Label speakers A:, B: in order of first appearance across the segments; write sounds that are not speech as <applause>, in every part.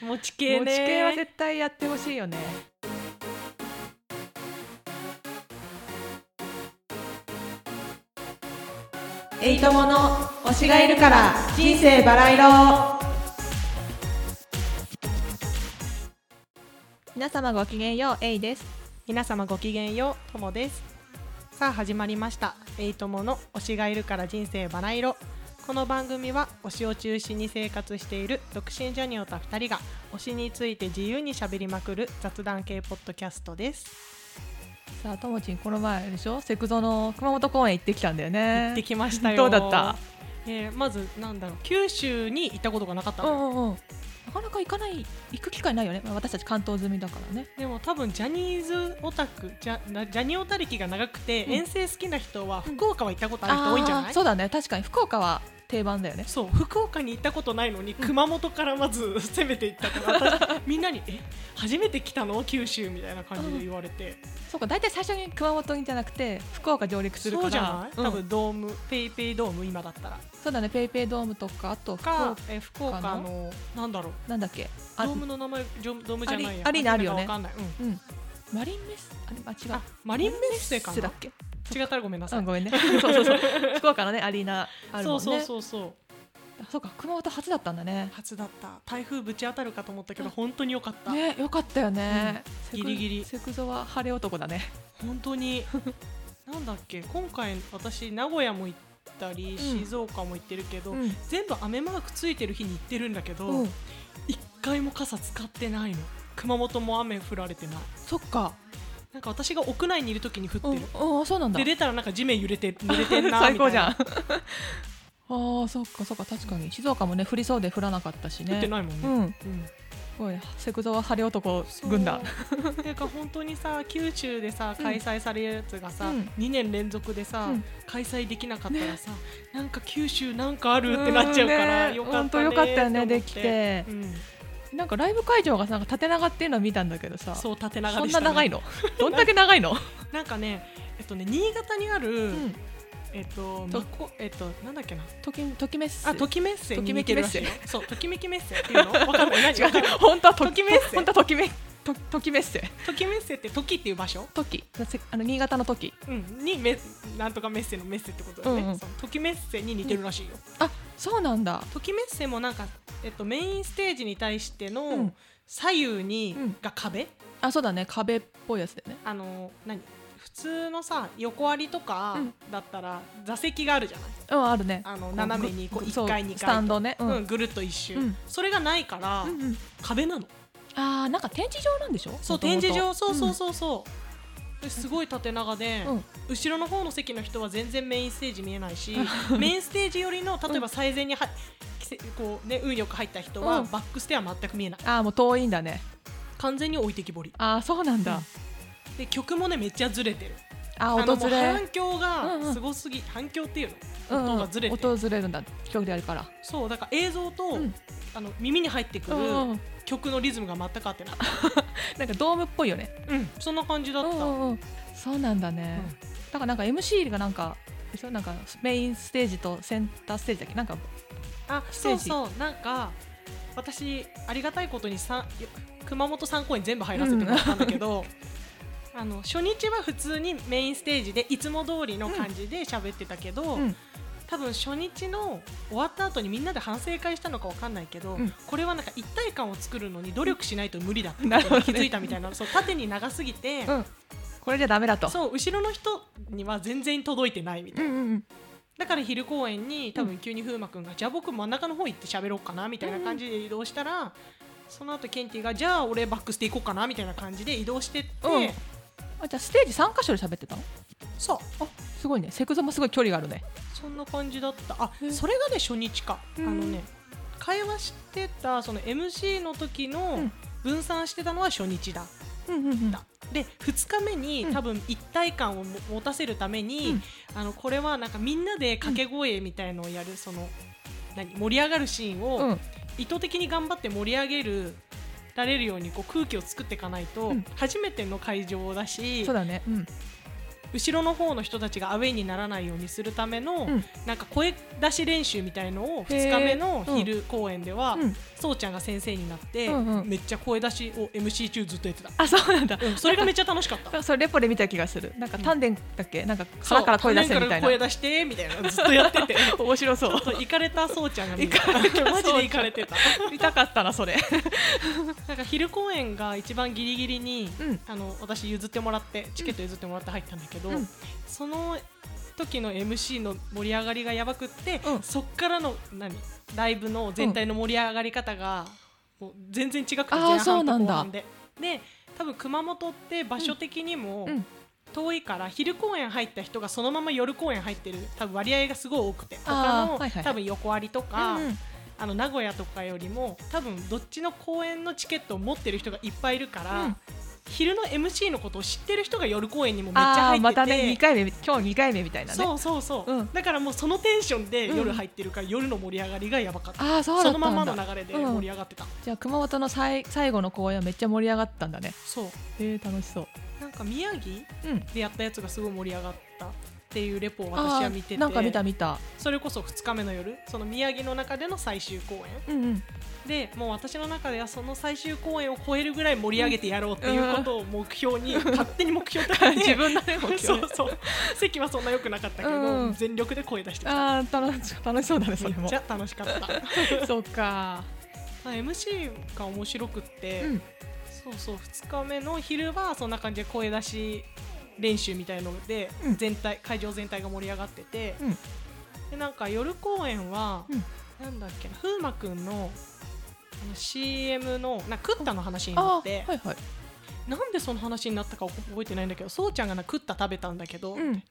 A: 持ち系ね
B: 持ち系は絶対やってほしいよね
C: エイトモの推しがいるから人生バラ色
B: 皆様ごきげんようえいです
A: 皆様ごきげんようともですさあ始まりましたエイトモの推しがいるから人生バラ色この番組は推しを中心に生活している独身ジャニオタ2人が推しについて自由にしゃべりまくる雑談系ポッドキャストです、
B: さあともちんこの前あれでしょセクゾの熊本公園行ってきたんだよね
A: 行ってきましたよ
B: どうだった、
A: えーまずなんだろう九州に行ったことがなかった
B: う
A: のよ
B: んうんうんなかなか行かない行く機会ないよね、まあ、私たち関東済みだからね
A: でも多分ジャニーズオタクジャなジャニオタ歴が長くて、
B: うん
A: 遠征好きな人は福岡は行ったことある人多いんじゃない、
B: あーそうだね確かに福岡は定番だよね
A: そう福岡に行ったことないのに熊本からまず攻めていったから
B: <laughs>
A: 私みんなに「え初めて来たの九州」みたいな感じで言われて
B: そうか大体最初に熊本にじゃなくて福岡上陸する
A: そう
B: から
A: じゃない、
B: うん
A: 多分ドームペイペイドーム今だったら
B: そうだねペイペイドームとかあと福
A: か
B: 岡
A: え福岡のなんだろう
B: なんだっけ
A: ド
B: あ
A: ームの名前ジョドームじゃないや
B: アリアリーナあるよね
A: わかんない、うん
B: うんマリンメッセあれあ違う
A: あマリンメッセか
B: マリンメッセ
A: な
B: だっけ
A: 違ったらごめんなさ
B: う
A: い、
B: んごめんねそうそうそう福岡のねアリーナあるもん
A: そう
B: ね
A: そうそうそう
B: あそうか熊本初だったんだね
A: 初だった台風ぶち当たるかと思ったけど本当に良かった、
B: ねよかったよね、
A: うん
B: セク
A: ギリギリ
B: セクゾは晴れ男だね
A: 本当
B: <laughs>
A: になんだっけ今回私名古屋も行ったり
B: うん
A: 静岡も行ってるけど、
B: うん
A: 全部雨マークついてる日に行ってるんだけど、
B: うん
A: 一回も傘使ってないの熊本も雨降られてない
B: そっか
A: なんか私が屋内にいる時に降って
B: う
A: る、
B: んうんそうなんだ
A: で出たらなんか地面揺れ
B: <laughs>
A: て濡れてんな
B: 最高
A: みたい
B: じゃん
A: な
B: あ <laughs> ーそっかそっか確かに静岡もね降りそうで降らなかったし
A: 降って
B: ね
A: ないもんね、
B: うんす
A: うん
B: ごいセクゾは晴れ男軍団
A: そう。ていうか本当にさ九州でさ
B: うん
A: 開催されるやつがさ、
B: うん
A: 2年連続でさ、
B: うん
A: 開催できなかったらさ、なんか九州なんかあるってなっちゃうから、
B: うんね
A: よか
B: ほ
A: っ
B: ん
A: た
B: と
A: ね
B: よかったよね
A: って思
B: できて
A: うん
B: なんかライブ会場がなんか縦長っていうのを見たんだけどさ
A: そう縦長
B: そ
A: で
B: ん
A: した、
B: な
A: ね、
B: 長いのどんだけ長いの、
A: なんかねえっとね新潟にある、
B: うん、
A: えっと
B: と
A: まこえっとなんだっけな
B: ときときメッセ
A: あときめっせに似てるらしいよ
B: とき
A: そうときめきメッセっていうのわかんない何
B: <laughs> 違う
A: わかん <laughs> ない
B: 本当はと
A: ときメッセ
B: 本当はときめとときメッセ
A: ときめっせって時っていう場所
B: ときせあの新潟のとき
A: うんにめなんとかメッセのメッセってことだよね、
B: うんうん
A: そのときめっせに似てるらしいよ、
B: あそうなんだ
A: ときめっせもなんか、えっと、メインステージに対して
B: う
A: の
B: ん
A: 左右に、
B: うん
A: が壁
B: あそうだね壁っぽいやつだよね
A: あの何普通のさ横割りとか
B: うん
A: だったら座席があるじゃない、
B: うんあるね
A: あの
B: こう
A: 斜めにこう
B: ぐそう
A: 1階2階
B: スタンドねう、
A: うんん
B: うん
A: ぐるっと一周、
B: うん
A: それがないから、
B: うん
A: 壁なの
B: あーなんか展示場なんでしょ
A: そう
B: 元
A: 展
B: 々
A: 示場そうそうそうそう、ですごい縦長で、
B: うん
A: 後ろの方の席の人は全然メインステージ見えないしメインステージよりの例えば最前には、きせこうね、運よく入った人は、
B: うん
A: バックステア全く見えない
B: あーもう遠いんだね
A: 完全に置いてきぼり
B: あーそうなんだ、
A: うんで曲もねめっちゃずれてる
B: あ
A: あ
B: ー
A: のも
B: 訪
A: う
B: れ
A: 反響
B: うんうん
A: がすごすぎ、反響っていう
B: う
A: の
B: ん
A: 音がずれてる、
B: うん、訪れるんだ距離であるから
A: そうだから映像と、
B: うん
A: あの耳に入ってくる
B: うんうん
A: 曲のリズムが全く合ってない、
B: なんかドームっぽいよね
A: うん、そんな感じだった、
B: うんうんうんそうなんだね、
A: うん
B: だからなんか MC がなんかでしょなんかメインステージとセンターステージだっけなんか
A: あ
B: ステ
A: そ
B: ー
A: う
B: ジ
A: そうなんか私ありがたいことにさん熊本3公演全部入らせてもらったんだけ
B: <laughs>
A: ど、あの初日は普通にメインステージでいつも通りの感じで喋ってたけど、
B: うん
A: 多分初日の終わった後にみんなで反省会したのかわかんないけど、
B: うん
A: これはなんか一体感を作るのに努力しないと無理だって
B: <laughs> なるほどね
A: 気づいたみたいな、そう縦に長すぎて、
B: うんこれじゃダメだと
A: そう後ろの人には全然届いてないみたいな、
B: んうんうん
A: だから昼公演に多分急に風磨君が、じゃあ僕真ん中の方行って喋ろうかなみたいな感じで移動したら、その後ケンティがじゃあ俺バックステ行こうかなみたいな感じで移動してって、
B: うんあじゃあステージ3箇所で喋ってたの
A: そう
B: あすごいねセクゾもすごい距離があるね
A: そんな感じだったあ
B: うん
A: それがね初日か、
B: うん
A: あのね会話してたその MC の時
B: う
A: の
B: ん
A: 分散してたのは初日だ、
B: うんうんうん
A: で2日目に
B: うん
A: 多分一体感をも持たせるために、
B: うん
A: あのこれはなんかみんなで掛け声みたいのをやる、その何盛り上がるシーンを、
B: うん
A: 意図的に頑張って盛り上げるられるようにこう空気を作っていかないと、
B: うん
A: 初めての会場だし
B: そうだねうん
A: 後ろの方の人たちがアウェイにならないようにするための、
B: うん
A: なんか声出し練習みたいのを2日目の昼公演では、
B: うん
A: そうちゃんが先生になって、
B: うんうん
A: めっちゃ声出しを MC 中ずっとやってた、
B: あそうなんだ、
A: うんそれがめっちゃ楽し
B: <laughs>
A: かった
B: それレポで見た気がするなんか丹田だっけなんか
A: そう
B: 腹から声出せみたいな
A: 声出してみたいなずっとやって
B: <laughs>
A: て
B: 面白そう
A: 行かれたそうちゃんが見た
B: イカれ
A: <laughs>
B: た
A: マジで行かれてた
B: 見たかったなそれ
A: なんか昼公演が一番ギリギリに、
B: うん
A: あの私譲ってもらってチケット譲ってもらって入ったんだけど、
B: うん
A: その時の MC の盛り上がりがやばくって、
B: うん
A: そっからの何ライブの全体の盛り上がり方が、もう全然違くて前
B: あー
A: 半と
B: そうなん
A: 後
B: だ
A: 半で。で多分熊本って場所的にも
B: うんうん
A: 遠いから昼公演入った人がそのまま夜公演入ってる多分割合がすごい多くて他
B: あー
A: の、
B: はいはい
A: 多分横割りとか、
B: うん
A: あの名古屋とかよりも多分どっちの公演のチケットを持ってる人がいっぱいいるから、
B: うん
A: 昼の MC のことを知ってる人が夜公演にもめっちゃ
B: あ
A: 入って
B: ー
A: て
B: またね二回目今日二回目みたいなね
A: そうそうそう、
B: うん
A: だからもうそのテンションで
B: うん
A: 夜入ってるから、夜の盛り上がりがやばかった
B: ああそう
A: そ
B: だ
A: の
B: ったんだ
A: ままの流れで盛り上がってた、
B: じゃあ熊本の最最後の公演はめっちゃ盛り上がったんだね
A: そう
B: えー、楽しそう
A: なんか宮城
B: うん
A: でやったやつがすごい盛り上がったっていうレポを私は見て
B: あー
A: て
B: なんか見た見た
A: それこそ2日目の夜その宮城の中での最終公演
B: うんうん
A: でもう私の中ではその最終公演を超えるぐらい盛り上げてやろうっていうことを目標に、勝手に目標立てて <laughs>
B: <laughs> 自分のね
A: そ
B: 目標
A: うそう席はそんな良くなかったけど、
B: うん
A: 全力で声出してきた
B: ああ楽し楽しそうだねそれ
A: めっ
B: も
A: ちゃ楽しかった
B: そうか
A: まあ MC が面白くって、
B: うん
A: そうそう2日目の昼はそんな感じで声出し練習みたいので、
B: うん
A: 全体会場全体が盛り上がってて、
B: うん
A: でなんか夜公演は、
B: うん
A: なんだっけな風磨くんのあの CM のなんかクッタの話にな
B: あ
A: っ
B: ー
A: て、
B: はいはい
A: なんでその話になったか覚えてないんだけどそうちゃんがなクッタ食べたんだけど、
B: うん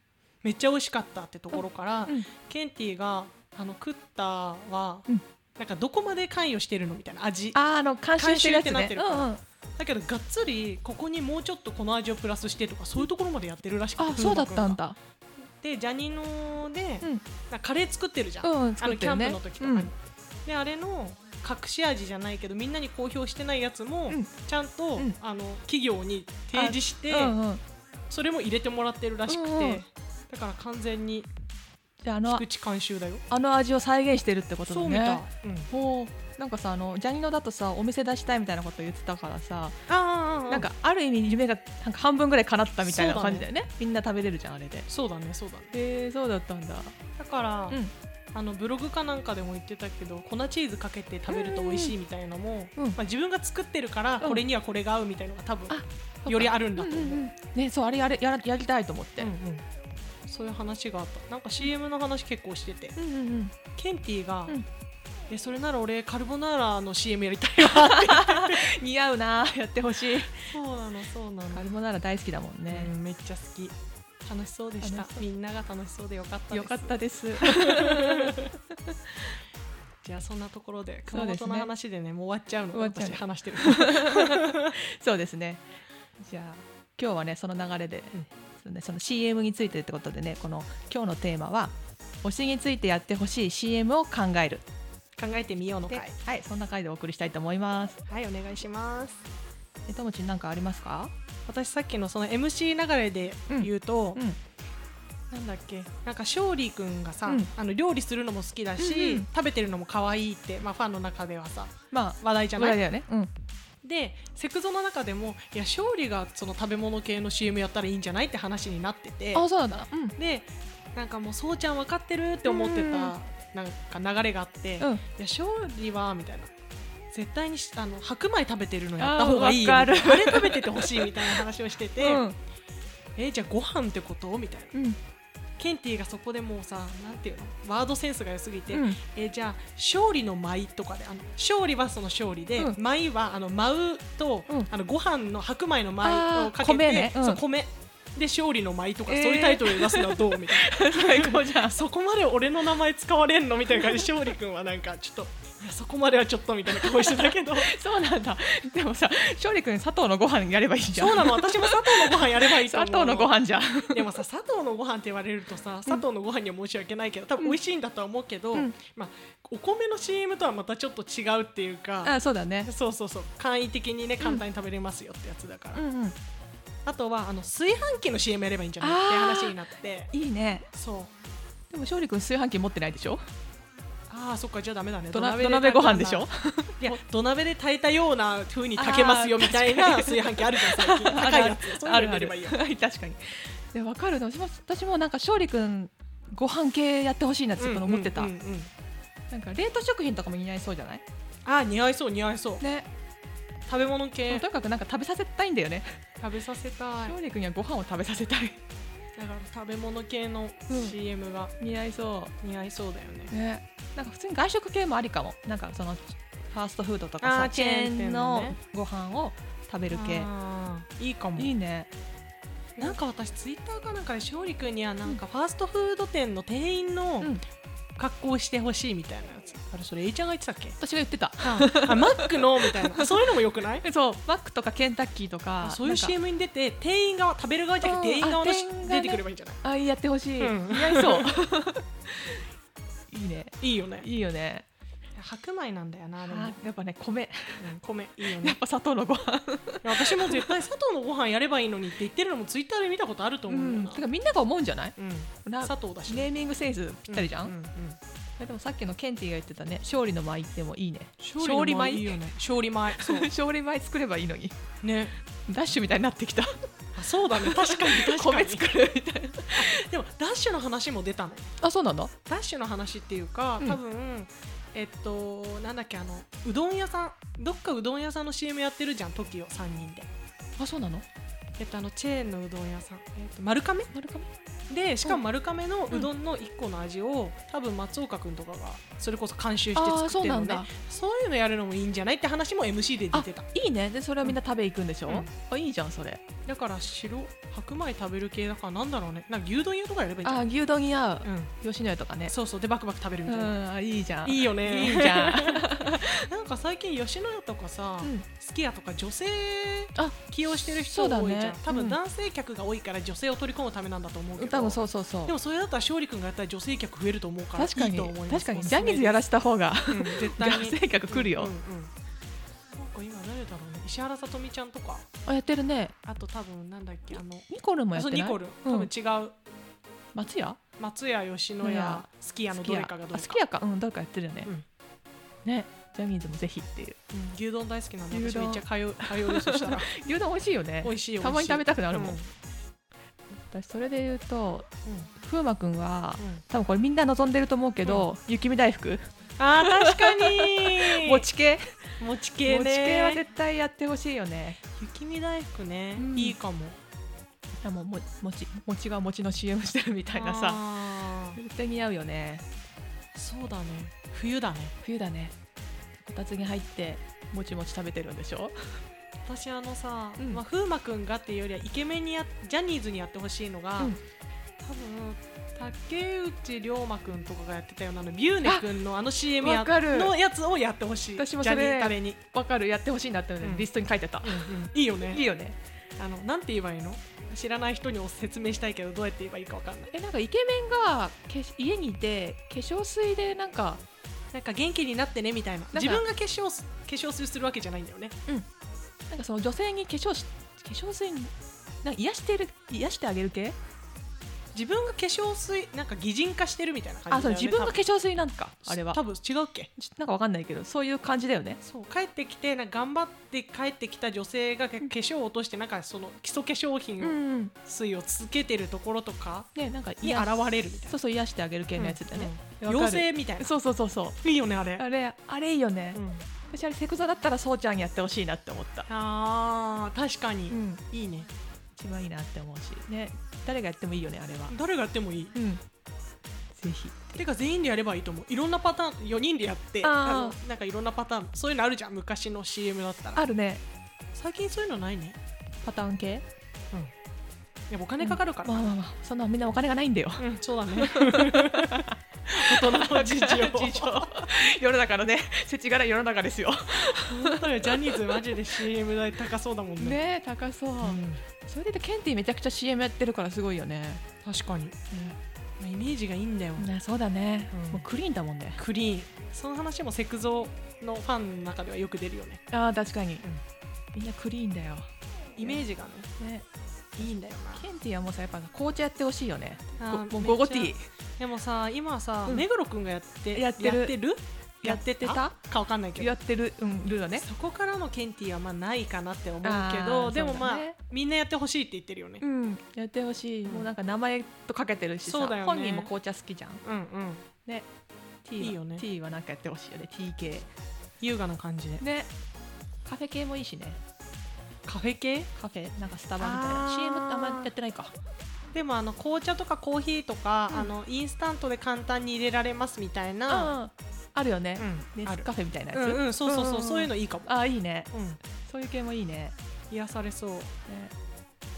A: めっちゃ美味しかったってところから、
B: うん
A: ケンティがあのクッタは、
B: うん
A: なんかどこまで関与してるのみたいな味
B: あーあの監修してるやつ
A: 監修っ
B: ね
A: て
B: う
A: なってるから
B: んうん
A: だけどがっつりここにもうちょっとこの味をプラスしてとかそういうところまでやってるらしくて
B: あそうだった
A: 風磨君が
B: んだ
A: でジャニので、
B: うん
A: なんかカレー作ってるじゃん、
B: うんうん
A: あ
B: 作
A: の
B: っ
A: キ
B: て
A: ャ
B: る
A: ンプ
B: ね
A: の時とかに、であれの隠し味じゃないけどみんなに公表してないやつも、
B: うん
A: ちゃんと、
B: うん
A: あの企業に提示して、
B: うんうん
A: それも入れてもらってるらしくて、
B: うんうん
A: だから完全に
B: じゃああの
A: 菊池監修だよ
B: あの味を再現してるってことだね
A: い、うん、
B: ほうなんかさあのジャニーノだとさお店出したいみたいなこと言ってたからさ、
A: ああ
B: なんかある意味夢がなんか半分ぐらい叶ったみたいな
A: そうだ
B: 感
A: ね
B: じだよねみんな食べれるじゃんあれで
A: そうだねそうだね
B: へえそうだったんだ
A: だから、
B: うん
A: あのブログかなんかでも言ってたけど粉チーズかけて食べると美味しいみたいなのも、
B: うんうん
A: まあ、自分が作ってるから、
B: うん
A: これにはこれが合うみたいなのが多分
B: あか
A: よりあるんだと思う,、
B: んんんねそうあれやれやらやりたいと思って、
A: うんうんそういう話があったなんか CM の話結構してて、
B: うんうんうん
A: ケンティが、
B: うん
A: えそれなら俺カルボナーラの CM やりたいわ
B: 似合うなやってほしい
A: そうなのそうな
B: カ
A: の、
B: ルボナーラ大好きだもんね
A: う、んめっちゃ好き楽しそうでした
B: 楽しそう
A: みんなが楽しそうでよかったです
B: よかったです
A: じゃあそんなところで
B: そ
A: 熊
B: うですね
A: 本の話でねもう終わっちゃうの
B: 終わっちゃう
A: 私話してる
B: <laughs> そうですね。じゃあ今日はねその流れで、
A: うん
B: そうねその CM についてってことでねこの今日のテーマは推しについてやってほしい CM を考える
A: 考えてみようの
B: で、
A: 回
B: はい、そんな回でお送りしたいと思います。
A: はいお願いします
B: えともちんなんかありますか？
A: 私さっきのその MC 流れで言うと、
B: ん、
A: なんだっけなんか勝利くんがさ、
B: うん
A: あの料理するのも好きだし、
B: うんうん
A: 食べてるのも可愛いってまあファンの中ではさ
B: まあ
A: 話題じゃ
B: ぐ
A: な
B: らい
A: い
B: だよね。うん、
A: でセクゾの中でもいや勝利がその食べ物系の CM やったらいいんじゃないって話になってて
B: あそうなんだ。うん、
A: でなんかもうそうちゃん分かってるって思って
B: うん
A: たなんか流れがあって、
B: うん、
A: いや勝利はみたいな絶対にしあの白米食べてるのやった方がいいよ
B: あーわ
A: あ
B: かる
A: れ食べててほしいみたいな話をしてて、
B: <laughs> うん、
A: えじゃあご飯ってことみたいな
B: うん、
A: ケンティがそこでもうさなんていうのワードセンスが良すぎて、
B: うん、
A: えじゃあ勝利の舞とかであの勝利はその勝利で、
B: うん
A: 舞はあの舞と、
B: うん
A: あのご飯の白米の舞をかけて
B: あー米ねうん
A: そう米で勝利の舞とか、
B: えー
A: そういうタイトルで出すのはどうみたい <laughs> な。
B: 最高じ <laughs> ゃん。
A: そこまで俺の名前使われんのみたいな感じで勝利君はなんかちょっといやそこまではちょっとみたいな顔してたけど
B: そうなんだ。でもさ、勝利くん佐藤のご飯やればいいじゃん。
A: <laughs> そうなの私も佐藤のご飯やればいいと
B: 佐
A: 思う
B: 藤のご飯じゃん。
A: <laughs> でもさ佐藤のご飯って言われるとさ佐藤のご飯には申し訳ないけど多分美味しいんだとは思うけど、
B: うん
A: まあ、お米の CM とはまたちょっと違うっていうか、
B: あそうだね。
A: そうそうそう簡易的にね簡単に食べれますよってやつだから、
B: うん、うん、
A: あとはあの炊飯器の CM やればいいんじゃないって話になって
B: いいね
A: そう
B: でも勝利君炊飯器持ってないでしょ
A: ああそっかじゃあダメだね
B: 土鍋
A: で
B: 土鍋ご飯でしょ
A: いや土鍋で炊いたような風に炊けますよみたい <laughs> な炊飯器あるじゃん最近高いやつそういうの
B: <laughs> ある
A: 入れ
B: ある
A: ばいいよ
B: はい確かにでわかる私も私もなんか勝利君ご飯系やってほしいなってちょっと思ってた、
A: うんうんうんうん
B: なんか冷凍食品とかも似合いそうじゃない
A: あー似合いそう似合いそう
B: ね、
A: 食べ物系
B: とにかくなんか食べさせたいんだよね
A: 食べさせたい
B: 勝利君にはご飯を食べさせたい
A: だから食べ物系の
B: うん
A: CM が
B: 似合いそ
A: 似合いそうだよね
B: うねなんか普通に外食系もありかもなんかそのファーストフードとか
A: あー
B: さ
A: チ
B: チ
A: ェ
B: ェ
A: ーン
B: ー
A: 店
B: ン
A: の
B: の
A: ね
B: ご飯を食べる系
A: あーいいかも
B: いいね
A: なんか私ツイッターかなんかで勝利君にはなんかファーストフード店の店員の
B: うん
A: 格好をしてほしいみたいなやつあれそれ A ちゃんが言ってたっけ
B: 私が言ってた
A: あマックのみたい <laughs> なそういうのもよくない
B: そうマックとかケンタッキーとか
A: そうい
B: な
A: うん
B: か
A: CM に出て店員側食べる側じゃなくて店員側のし
B: あ店員が
A: 出
B: ね
A: てくればいいんじゃない
B: あやってほしい、
A: うん
B: 似合いそう <laughs> いいね
A: いいよね
B: いいよね
A: 白米なんだよなでも、
B: あやっぱね米
A: うん米いいよ
B: や
A: ね
B: っぱ砂糖のご飯
A: 私も絶対佐藤のご飯やればいいのにって言ってるのもツイッターで見たことあると思うよ
B: ん
A: な、
B: てかみんなが思うんじゃない
A: うん
B: な
A: 佐藤だし
B: ネーミングセンスぴったりじゃん、
A: うう
B: でもさっきのケンティが言ってたね勝利の舞ってもいいね
A: 勝利米いいよね勝利米そう
B: <laughs> 勝利舞作ればいいのに
A: ね
B: <laughs> ダッシュみたいになってきた
A: あそうだね確
B: <laughs>
A: かに確か
B: 米
A: に
B: 作るみたいな
A: でもダッシュの話も出たの
B: <laughs> あそうなんだ
A: ダッシュの話っていうか
B: うん
A: 多分、えっとなんだっけあのうどん屋さんどっかうどん屋さんの CM やってるじゃん TOKIO3 人で
B: あそうなの
A: えっとあのチェーンのうどん屋さん、えっと、丸亀
B: 丸亀
A: でしか
B: う
A: も
B: ん
A: 丸亀の
B: うん
A: うどんの一個の味を多分松岡君とかがそれこそ監修して
B: あ
A: 作っ
B: ー
A: て
B: そう
A: る
B: な
A: の
B: ん
A: で
B: だ
A: そういうのやるのもいいんじゃないって話も MC で出てた
B: いいねでそれはみんな食べ行くんでしょ、
A: うん
B: あいいじゃんそれ
A: だから白白米食べる系だからなんだろうねなんか牛丼屋とかやればいいんじゃ
B: あ
A: ない
B: 牛丼に合う、
A: うん
B: 吉野家とかね
A: そうそうでバクバク食べるみ
B: う
A: たいな、
B: んあいいじゃん
A: いいよね
B: いいじゃん
A: <laughs> なんか最近吉野家とかさ、
B: <laughs> うん
A: すき家とか女性
B: あ
A: 起用してる人
B: そうだ
A: 多い
B: ね
A: じゃん、多
B: う
A: 分
B: ん
A: 男性客が多いから女性を取り込むためなんだと思うけど
B: 多分そうそうそう
A: でもそれだったら勝利君がやったら女性客増えると思うからいい
B: 確かに
A: と思います
B: 確かにジャニーズやらし
A: <laughs>
B: た方が
A: うん絶対に
B: 女性客来るよ、
A: うんうんうんなんか今誰だろうね石原さとみちゃんとか
B: あやってるね
A: あと多分なんだっけあの
B: ニコルもやっ
A: そ
B: て
A: う
B: ない
A: ニコル
B: うん
A: 多分違う、
B: 松屋
A: 松屋吉野
B: い
A: 家
B: や
A: すき家のどれかがど
B: あ
A: れ
B: 好
A: か
B: きやかうんどれかやってるよね、
A: うん
B: ねジャニーズもぜひっていう <laughs>
A: うん牛丼大好きなんで
B: 牛
A: 私めっ
B: 丼
A: ちゃ通う通うよそしたら
B: 牛丼美味しいよね
A: 美味しい美味しい
B: たまに食べたく <laughs> な
A: あ
B: るもん、私それで言うと
A: うん
B: 風磨くんは
A: うん
B: 多分これみんな望んでると思うけど、雪見大福
A: あー確か
B: <laughs>
A: に
B: 餅系
A: 餅
B: 餅
A: 系
B: 系は
A: ね
B: 絶対やってほしいよね
A: 雪見大福ね、
B: うん
A: いいかも
B: いやもうも餅餅が餅の CM してるみたいなさ
A: あー
B: 絶対似合うよね
A: そうだね冬だね
B: 冬だねこたつに入ってもちもち食べてるんでしょ <laughs>
A: 私あのさ、
B: うん
A: まあ、風磨くんがっていうよりはイケメンにやジャニーズにやってほしいのが、
B: うん
A: 多分竹内涼真くんとかがやってたようなあのビューネくんのあの CM や
B: わかる
A: のやつをやってほしい
B: 私も
A: ジ
B: そ
A: ャ
B: れ
A: ニータレに、
B: わかるやってほしいなって、ね
A: うん
B: リストに書いてた、
A: いいよね
B: いいよね
A: あのなんて言えばいいの知らない人にお説明したいけどどうやって言えばいいかわかんない
B: えなんかイケメンがけし家にいて化粧水でなんか
A: なんか元気になってねみたいな
B: か
A: 自分が化粧す化粧水するわけじゃないんだよね
B: なんかその女性に化粧し化粧水になんか癒してる癒してあげる系、
A: 自分が化粧水なんか擬人化してるみたいな感じ
B: あ
A: だ
B: そう
A: よね
B: 自分が
A: 多
B: 化
A: 分
B: 粧水なんかあれは
A: 多分違うっけ
B: ちなんかわかんないけどそういう感じだよね
A: そう帰ってきてなんか頑張って帰ってきた女性が化化粧を落としてなんかその基礎化粧品を
B: ん
A: 水をつけてるところとか
B: ねなんか癒
A: に
B: や
A: 現れるみたい
B: そうそう癒してあげる系のやつだね、
A: な
B: わかる
A: 妖精みたいな
B: そうそうそうそう
A: いいよねあれ
B: あれあれいいよね、
A: うん
B: 私あれセクザだったらそうちゃんやってほしいなって思った、
A: あー確かに
B: ん、
A: いいね
B: 一番いいなって思うしね誰がやってもいいよねあれは
A: 誰がやってもいい
B: うんぜひ
A: てか全員でやればいいと思ういろんなパターン4人でやって
B: あー
A: あのなんかいろんなパターンそういうのあるじゃん昔の CM だったら
B: あるね
A: 最近そういうのないね
B: パターン系
A: やっぱお金かかるから
B: まあまあまあそんなみんなお金がないんだ <laughs> よ
A: うん、そうだね。大人の事情。
B: 世の中のね世知辛い世の中ですよ
A: 本当よ、ジャニーズマジで CM 代高そうだもんね。
B: ね高そう、
A: うん
B: それでケンティめちゃくちゃ CM やってるからすごいよね
A: 確かに。まあイメージがいいんだよ。
B: ねそうだね、
A: うん
B: もうクリーンだもんね
A: クリーン。その話もセクゾのファンの中ではよく出るよね。
B: ああ確かに、みんなクリーンだよ
A: イメージがね。
B: ね
A: いいんだよな
B: ケンティーはもうさやっぱ紅茶やってほしいよね
A: あー
B: ごもう午後ティ
A: めっ
B: ー
A: でもさ今さ、
B: うん
A: 目黒くんがやって
B: やって
A: や
B: る
A: ってて
B: やって
A: た
B: た
A: かわかんないけど
B: やってる、うん、ルーはね
A: そこからのケンティーはまあないかなって思うけ
B: あ
A: ど
B: ー
A: でも
B: そう
A: まあ、
B: だね
A: みんなやってほしいって言ってるよね、
B: うん、やってほしい、もうなんか名前とかけてるしさ、
A: そうだよね
B: 本人も紅茶好きじゃん
A: うん、うん
B: ね T はい
A: いよね
B: T はなんかやってほしいよね T 系
A: 優雅な感じで
B: ねカフェ系もいいしね
A: カフェ系
B: カフェなんかスタバみたいな
A: あー
B: CM あんまやってないか
A: でもあの紅茶とかコーヒーとか、
B: うん
A: あのインスタントで簡単に入れられますみたいな、
B: ああるよね、
A: うん
B: ネ
A: あ
B: ス
A: る
B: カフェみたいなやつ、
A: うんうんそうそうそう、
B: うんうん
A: そういうのいいかも、
B: ああいいね
A: うん、
B: そういう系もいいね
A: 癒されそう、うん
B: ね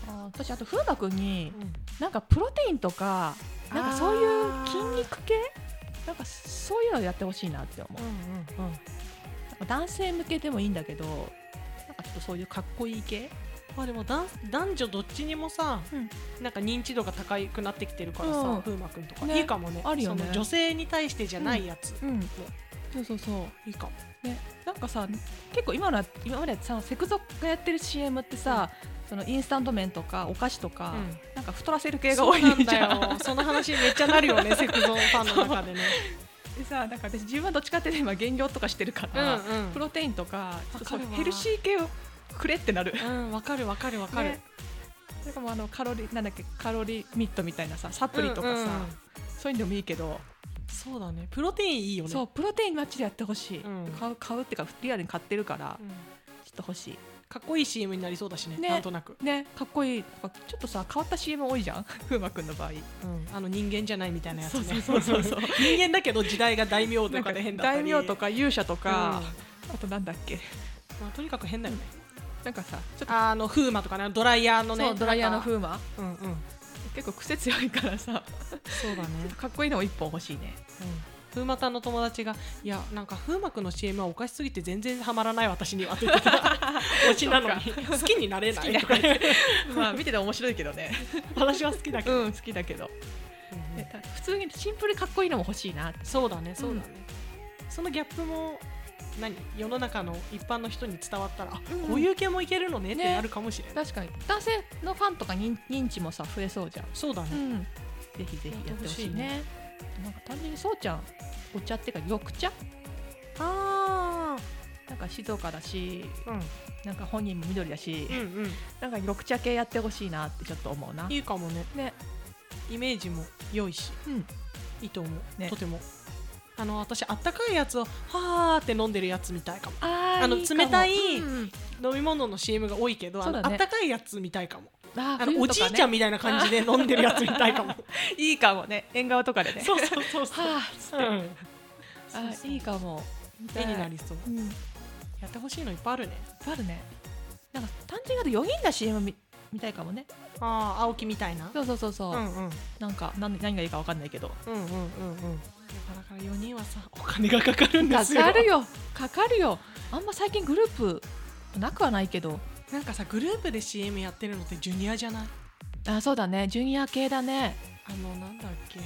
B: あー私あと風磨君になんかプロテインとかなんかそういう筋肉系なんかそういうのやってほしいなって思う
A: うんうん
B: 男性向けでもいいんだけどなんかちょっとそういうかっこいい系
A: まあでもだん男女どっちにもさ、
B: うん
A: なんか認知度が高くなってきてるからさ、
B: うん
A: 風磨くんとか、
B: ね
A: いいかもね
B: あるよね
A: その女性に対してじゃないやつ、
B: うんそうそうそ
A: いいかも
B: うねなんかさ結構今のは今までさセクゾがやってる CM ってさ、そのインスタント麺とかお菓子とか、
A: うん
B: なんか太らせる系が多いじ
A: そうな
B: ゃん
A: んだよその話めっちゃなるよねセクゾンファンの中でね
B: <laughs> でさなんか私自分はどっちかっていうと今減量とかしてるから、
A: うんうん
B: プロテインとかちょっとそう
A: わかるわ
B: ヘルシー系をくれってなる
A: うんわかるわかるわかる、
B: ねなんかもうあのカロリーなんだっけカロリーミットみたいなさサプリとかさ、
A: うんうんうん
B: そういうのでもいいけど
A: そうだねプロテインいいよね
B: そうプロテインマッチでやってほしい、
A: うん
B: 買う買うってかリアルに買ってるから、
A: うん
B: ちょっと欲し
A: かっこいい CM になりそうだしね
B: ね
A: なんとなく、
B: いねかっこいいなんかちょっとさ変わった CM 多いじゃん <laughs> 風磨くんの場合
A: あの人間じゃないみたいなやつね
B: そうそうそうそう
A: <laughs> 人間だけど時代が大名とかで変だった
B: 大
A: り
B: 名と
A: か、
B: か勇者とか、あとなんだっけ
A: まあ、とにかく変だよね
B: なんかさちょっと
A: あの風磨とかねドライヤーのね
B: そうドライヤーの
A: なんか
B: 風磨
A: うんうん
B: 結構癖強いからさ
A: そうだね、
B: かっこいいのを一本欲しいね
A: 風磨さんの友達が「いやなんか風磨くんの CM はおかしすぎて全然ハマらない私には」って言って <laughs> た推しなのに好きになれないとかね
B: <laughs> まあ見てて面白いけど <laughs> ね
A: 私は好きだけど、
B: うん好きだけど、
A: うん
B: ねた普通にシンプルにかっこいいのも欲しいな
A: そうだねそうだね、そのギャップも何世の中の一般の人に伝わったら、あ
B: うん
A: こういう系もいけるのねって
B: ね
A: なるかもしれない、
B: 確かに男性のファンとか認認知もさ増えそうじゃん
A: そうだね、
B: うん、ぜひぜひやってほしいね。なんか単純にそうちゃんお茶っていうか緑茶
A: あ
B: なんか静岡だし
A: あ、うん、
B: なんか本人も緑だし、
A: うんうん
B: なんか緑茶系やってほしいなってちょっと思うない
A: いかもね
B: ね
A: イメージも良いし
B: うん
A: いいと思う、
B: ね
A: とてもあの私あったかいやつをはーって飲んでるやつみたいかも
B: あ
A: ー
B: あの
A: いいかも
B: 冷たい、
A: う飲み物の CM が多いけど、あ
B: そ
A: の
B: うだ
A: あ
B: ね
A: ったかいやつみたいかも
B: あ
A: あのおじいちゃんみたいな感 <laughs> じで飲んでるやつみたいかも
B: いいかもね縁側とかでね
A: そうそうそうそう、
B: はあつって、
A: うん、
B: あーいいかも
A: 絵になりそう
B: うんいっ
A: やってほしいのいっぱいあるね
B: ぱいあるねなんか単純にあと4人だ CM み見たいかもね
A: ああ青木みたいな
B: そうそうそうそう、
A: うんうん
B: なんか何何がいいかわかんないけど
A: うんうんうんうんだから4人はさお金がかかるんで
B: か
A: すよ
B: かるよかかるよあんま最近グループなくはないけど
A: なんかさグループで CM やってるのってジュニアじゃない
B: あそうだねジュニア系だね
A: あのなんだっけ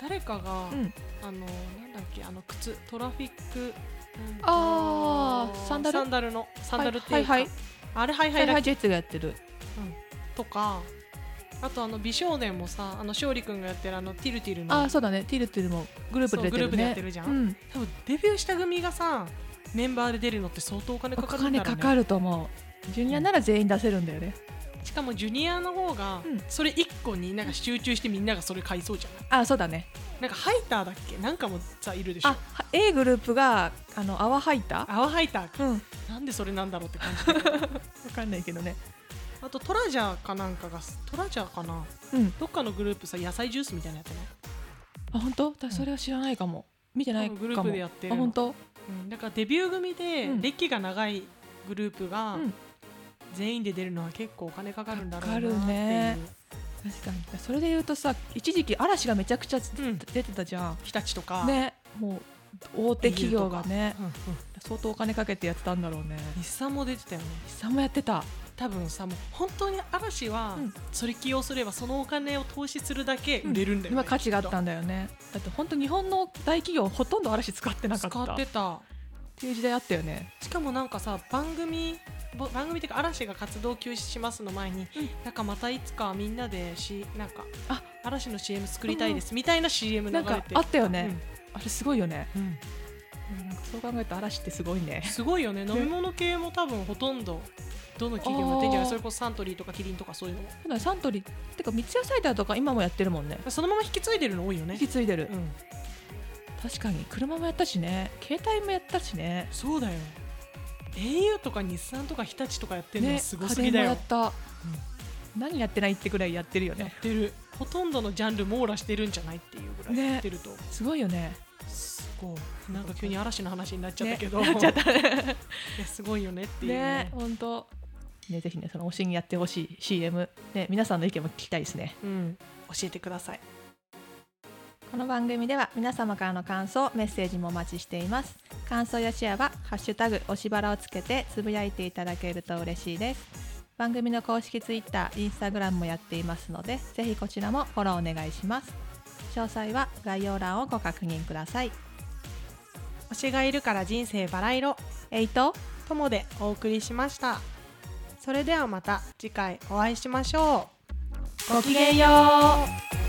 A: 誰かが、
B: うん
A: あのなんだっけあの靴トラフィックうんと
B: あーサンダル
A: サンダルのサンダルっていうか、
B: はいはいはい
A: あれハイハ
B: ハ
A: イ
B: イ
A: ラ
B: ハ
A: ッ
B: イ
A: キ
B: ジェッツがやってる
A: とかあとあの美少年もさあの勝利君がやってるあのティルティルの
B: あそうだねティルティルもグループで出て
A: そうグループ
B: るね
A: でやってるじゃん
B: うん、
A: 多分デビューした組がさメンバーで出るのって相当お金
B: お
A: かかるんだ
B: 金
A: ろう
B: か
A: ね
B: かると思うジュニアなら全員出せるんだよね
A: しかもジュニアの方が
B: うん
A: それ一個になんか集中してみんながそれ買いそうじゃない
B: あそうだね
A: なんかハイターだっけなんかもさいるでしょ
B: あは A グループがあの泡吐いた
A: 泡ハイターか
B: うん
A: なんでそれなんだろうって感じだけど
B: 分かんないけどね
A: あとトラジャーかなんかがトラジャーかな
B: うん
A: どっかのグループさ野菜ジュースみたいなやつね、
B: あ本当だそれは知らないかも見てないか
A: 多
B: も
A: 分グループでやってる
B: あ
A: の
B: 本当
A: うん、だからデビュー組で
B: うん
A: 歴が長いグループが
B: うん
A: 全員で出るのは結構お金かかるんだろうなっていう
B: かかるね確かにそれで言うとさ一時期嵐がめちゃくちゃ出
A: うん
B: 出てたじゃん
A: 日立とか、
B: ねもう大手企業がね
A: うんうん
B: 相当お金かけてやってたんだろうね
A: 日産も出てたよね
B: 日産もやってた
A: 多分さもう本当に嵐は
B: うん
A: それ起用すればそのお金を投資するだけ売れるんだよね、
B: 今価値があったんだよねだって本当日本の大企業ほとんど嵐使ってなかった
A: 使って
B: ったていう時代あったよね
A: しかもなんかさ番組ぼ番組っていうか嵐が活動休止しますの前に、なんかまたいつかみんなでしなんか
B: あ
A: 嵐の CM 作りたいですみたいな CM 流
B: な
A: れ
B: ん
A: て
B: かあったよね、
A: うん
B: あれすごいよね
A: うん
B: なんかそう考えると嵐ってすごいね
A: すごいよね飲み物系も多分ほとんどどの企業もやってんじゃない
B: あー
A: それこそサントリーとかキリンとかそういうのも
B: そうだねサントリーってか三ツ矢サイダーとか今もやってるもんね
A: そのまま引き継いでるの多いよね
B: 引き継いでる、
A: うん
B: 確かに車もやったしね携帯もやったしね
A: そうだよ au とか日産とか日立とかやってるの
B: ね
A: すごすぎだよ、
B: 家電もやった、何やってないってくらいやってるよ
A: やっ
B: ね
A: てるほとんどのジャンル網羅してるんじゃないっていうぐらい
B: ね
A: やってると、
B: すごいよね
A: すごいなんか急に嵐の話になっちゃったけど、
B: ねなっちゃっ
A: <laughs>
B: た
A: いやすごいよねっていうね
B: ね本当ねぜひねその推しにやってほしい CM ね皆さんの意見も聞きたいですね
A: うん、教えてください
B: この番組では皆様からの感想メッセージもお待ちしています感想やシェアは「ハッシュタグおしばら」をつけてつぶやいていただけると嬉しいです番組の公式ツイッターインスタグラムもやっていますのでぜひこちらもフォローお願いします詳細は概要欄をご確認ください
A: 推しがいるから人生バラ色
B: えいと
A: ともでお送りしましたそれではまた次回お会いしましょう
C: ごきげんよう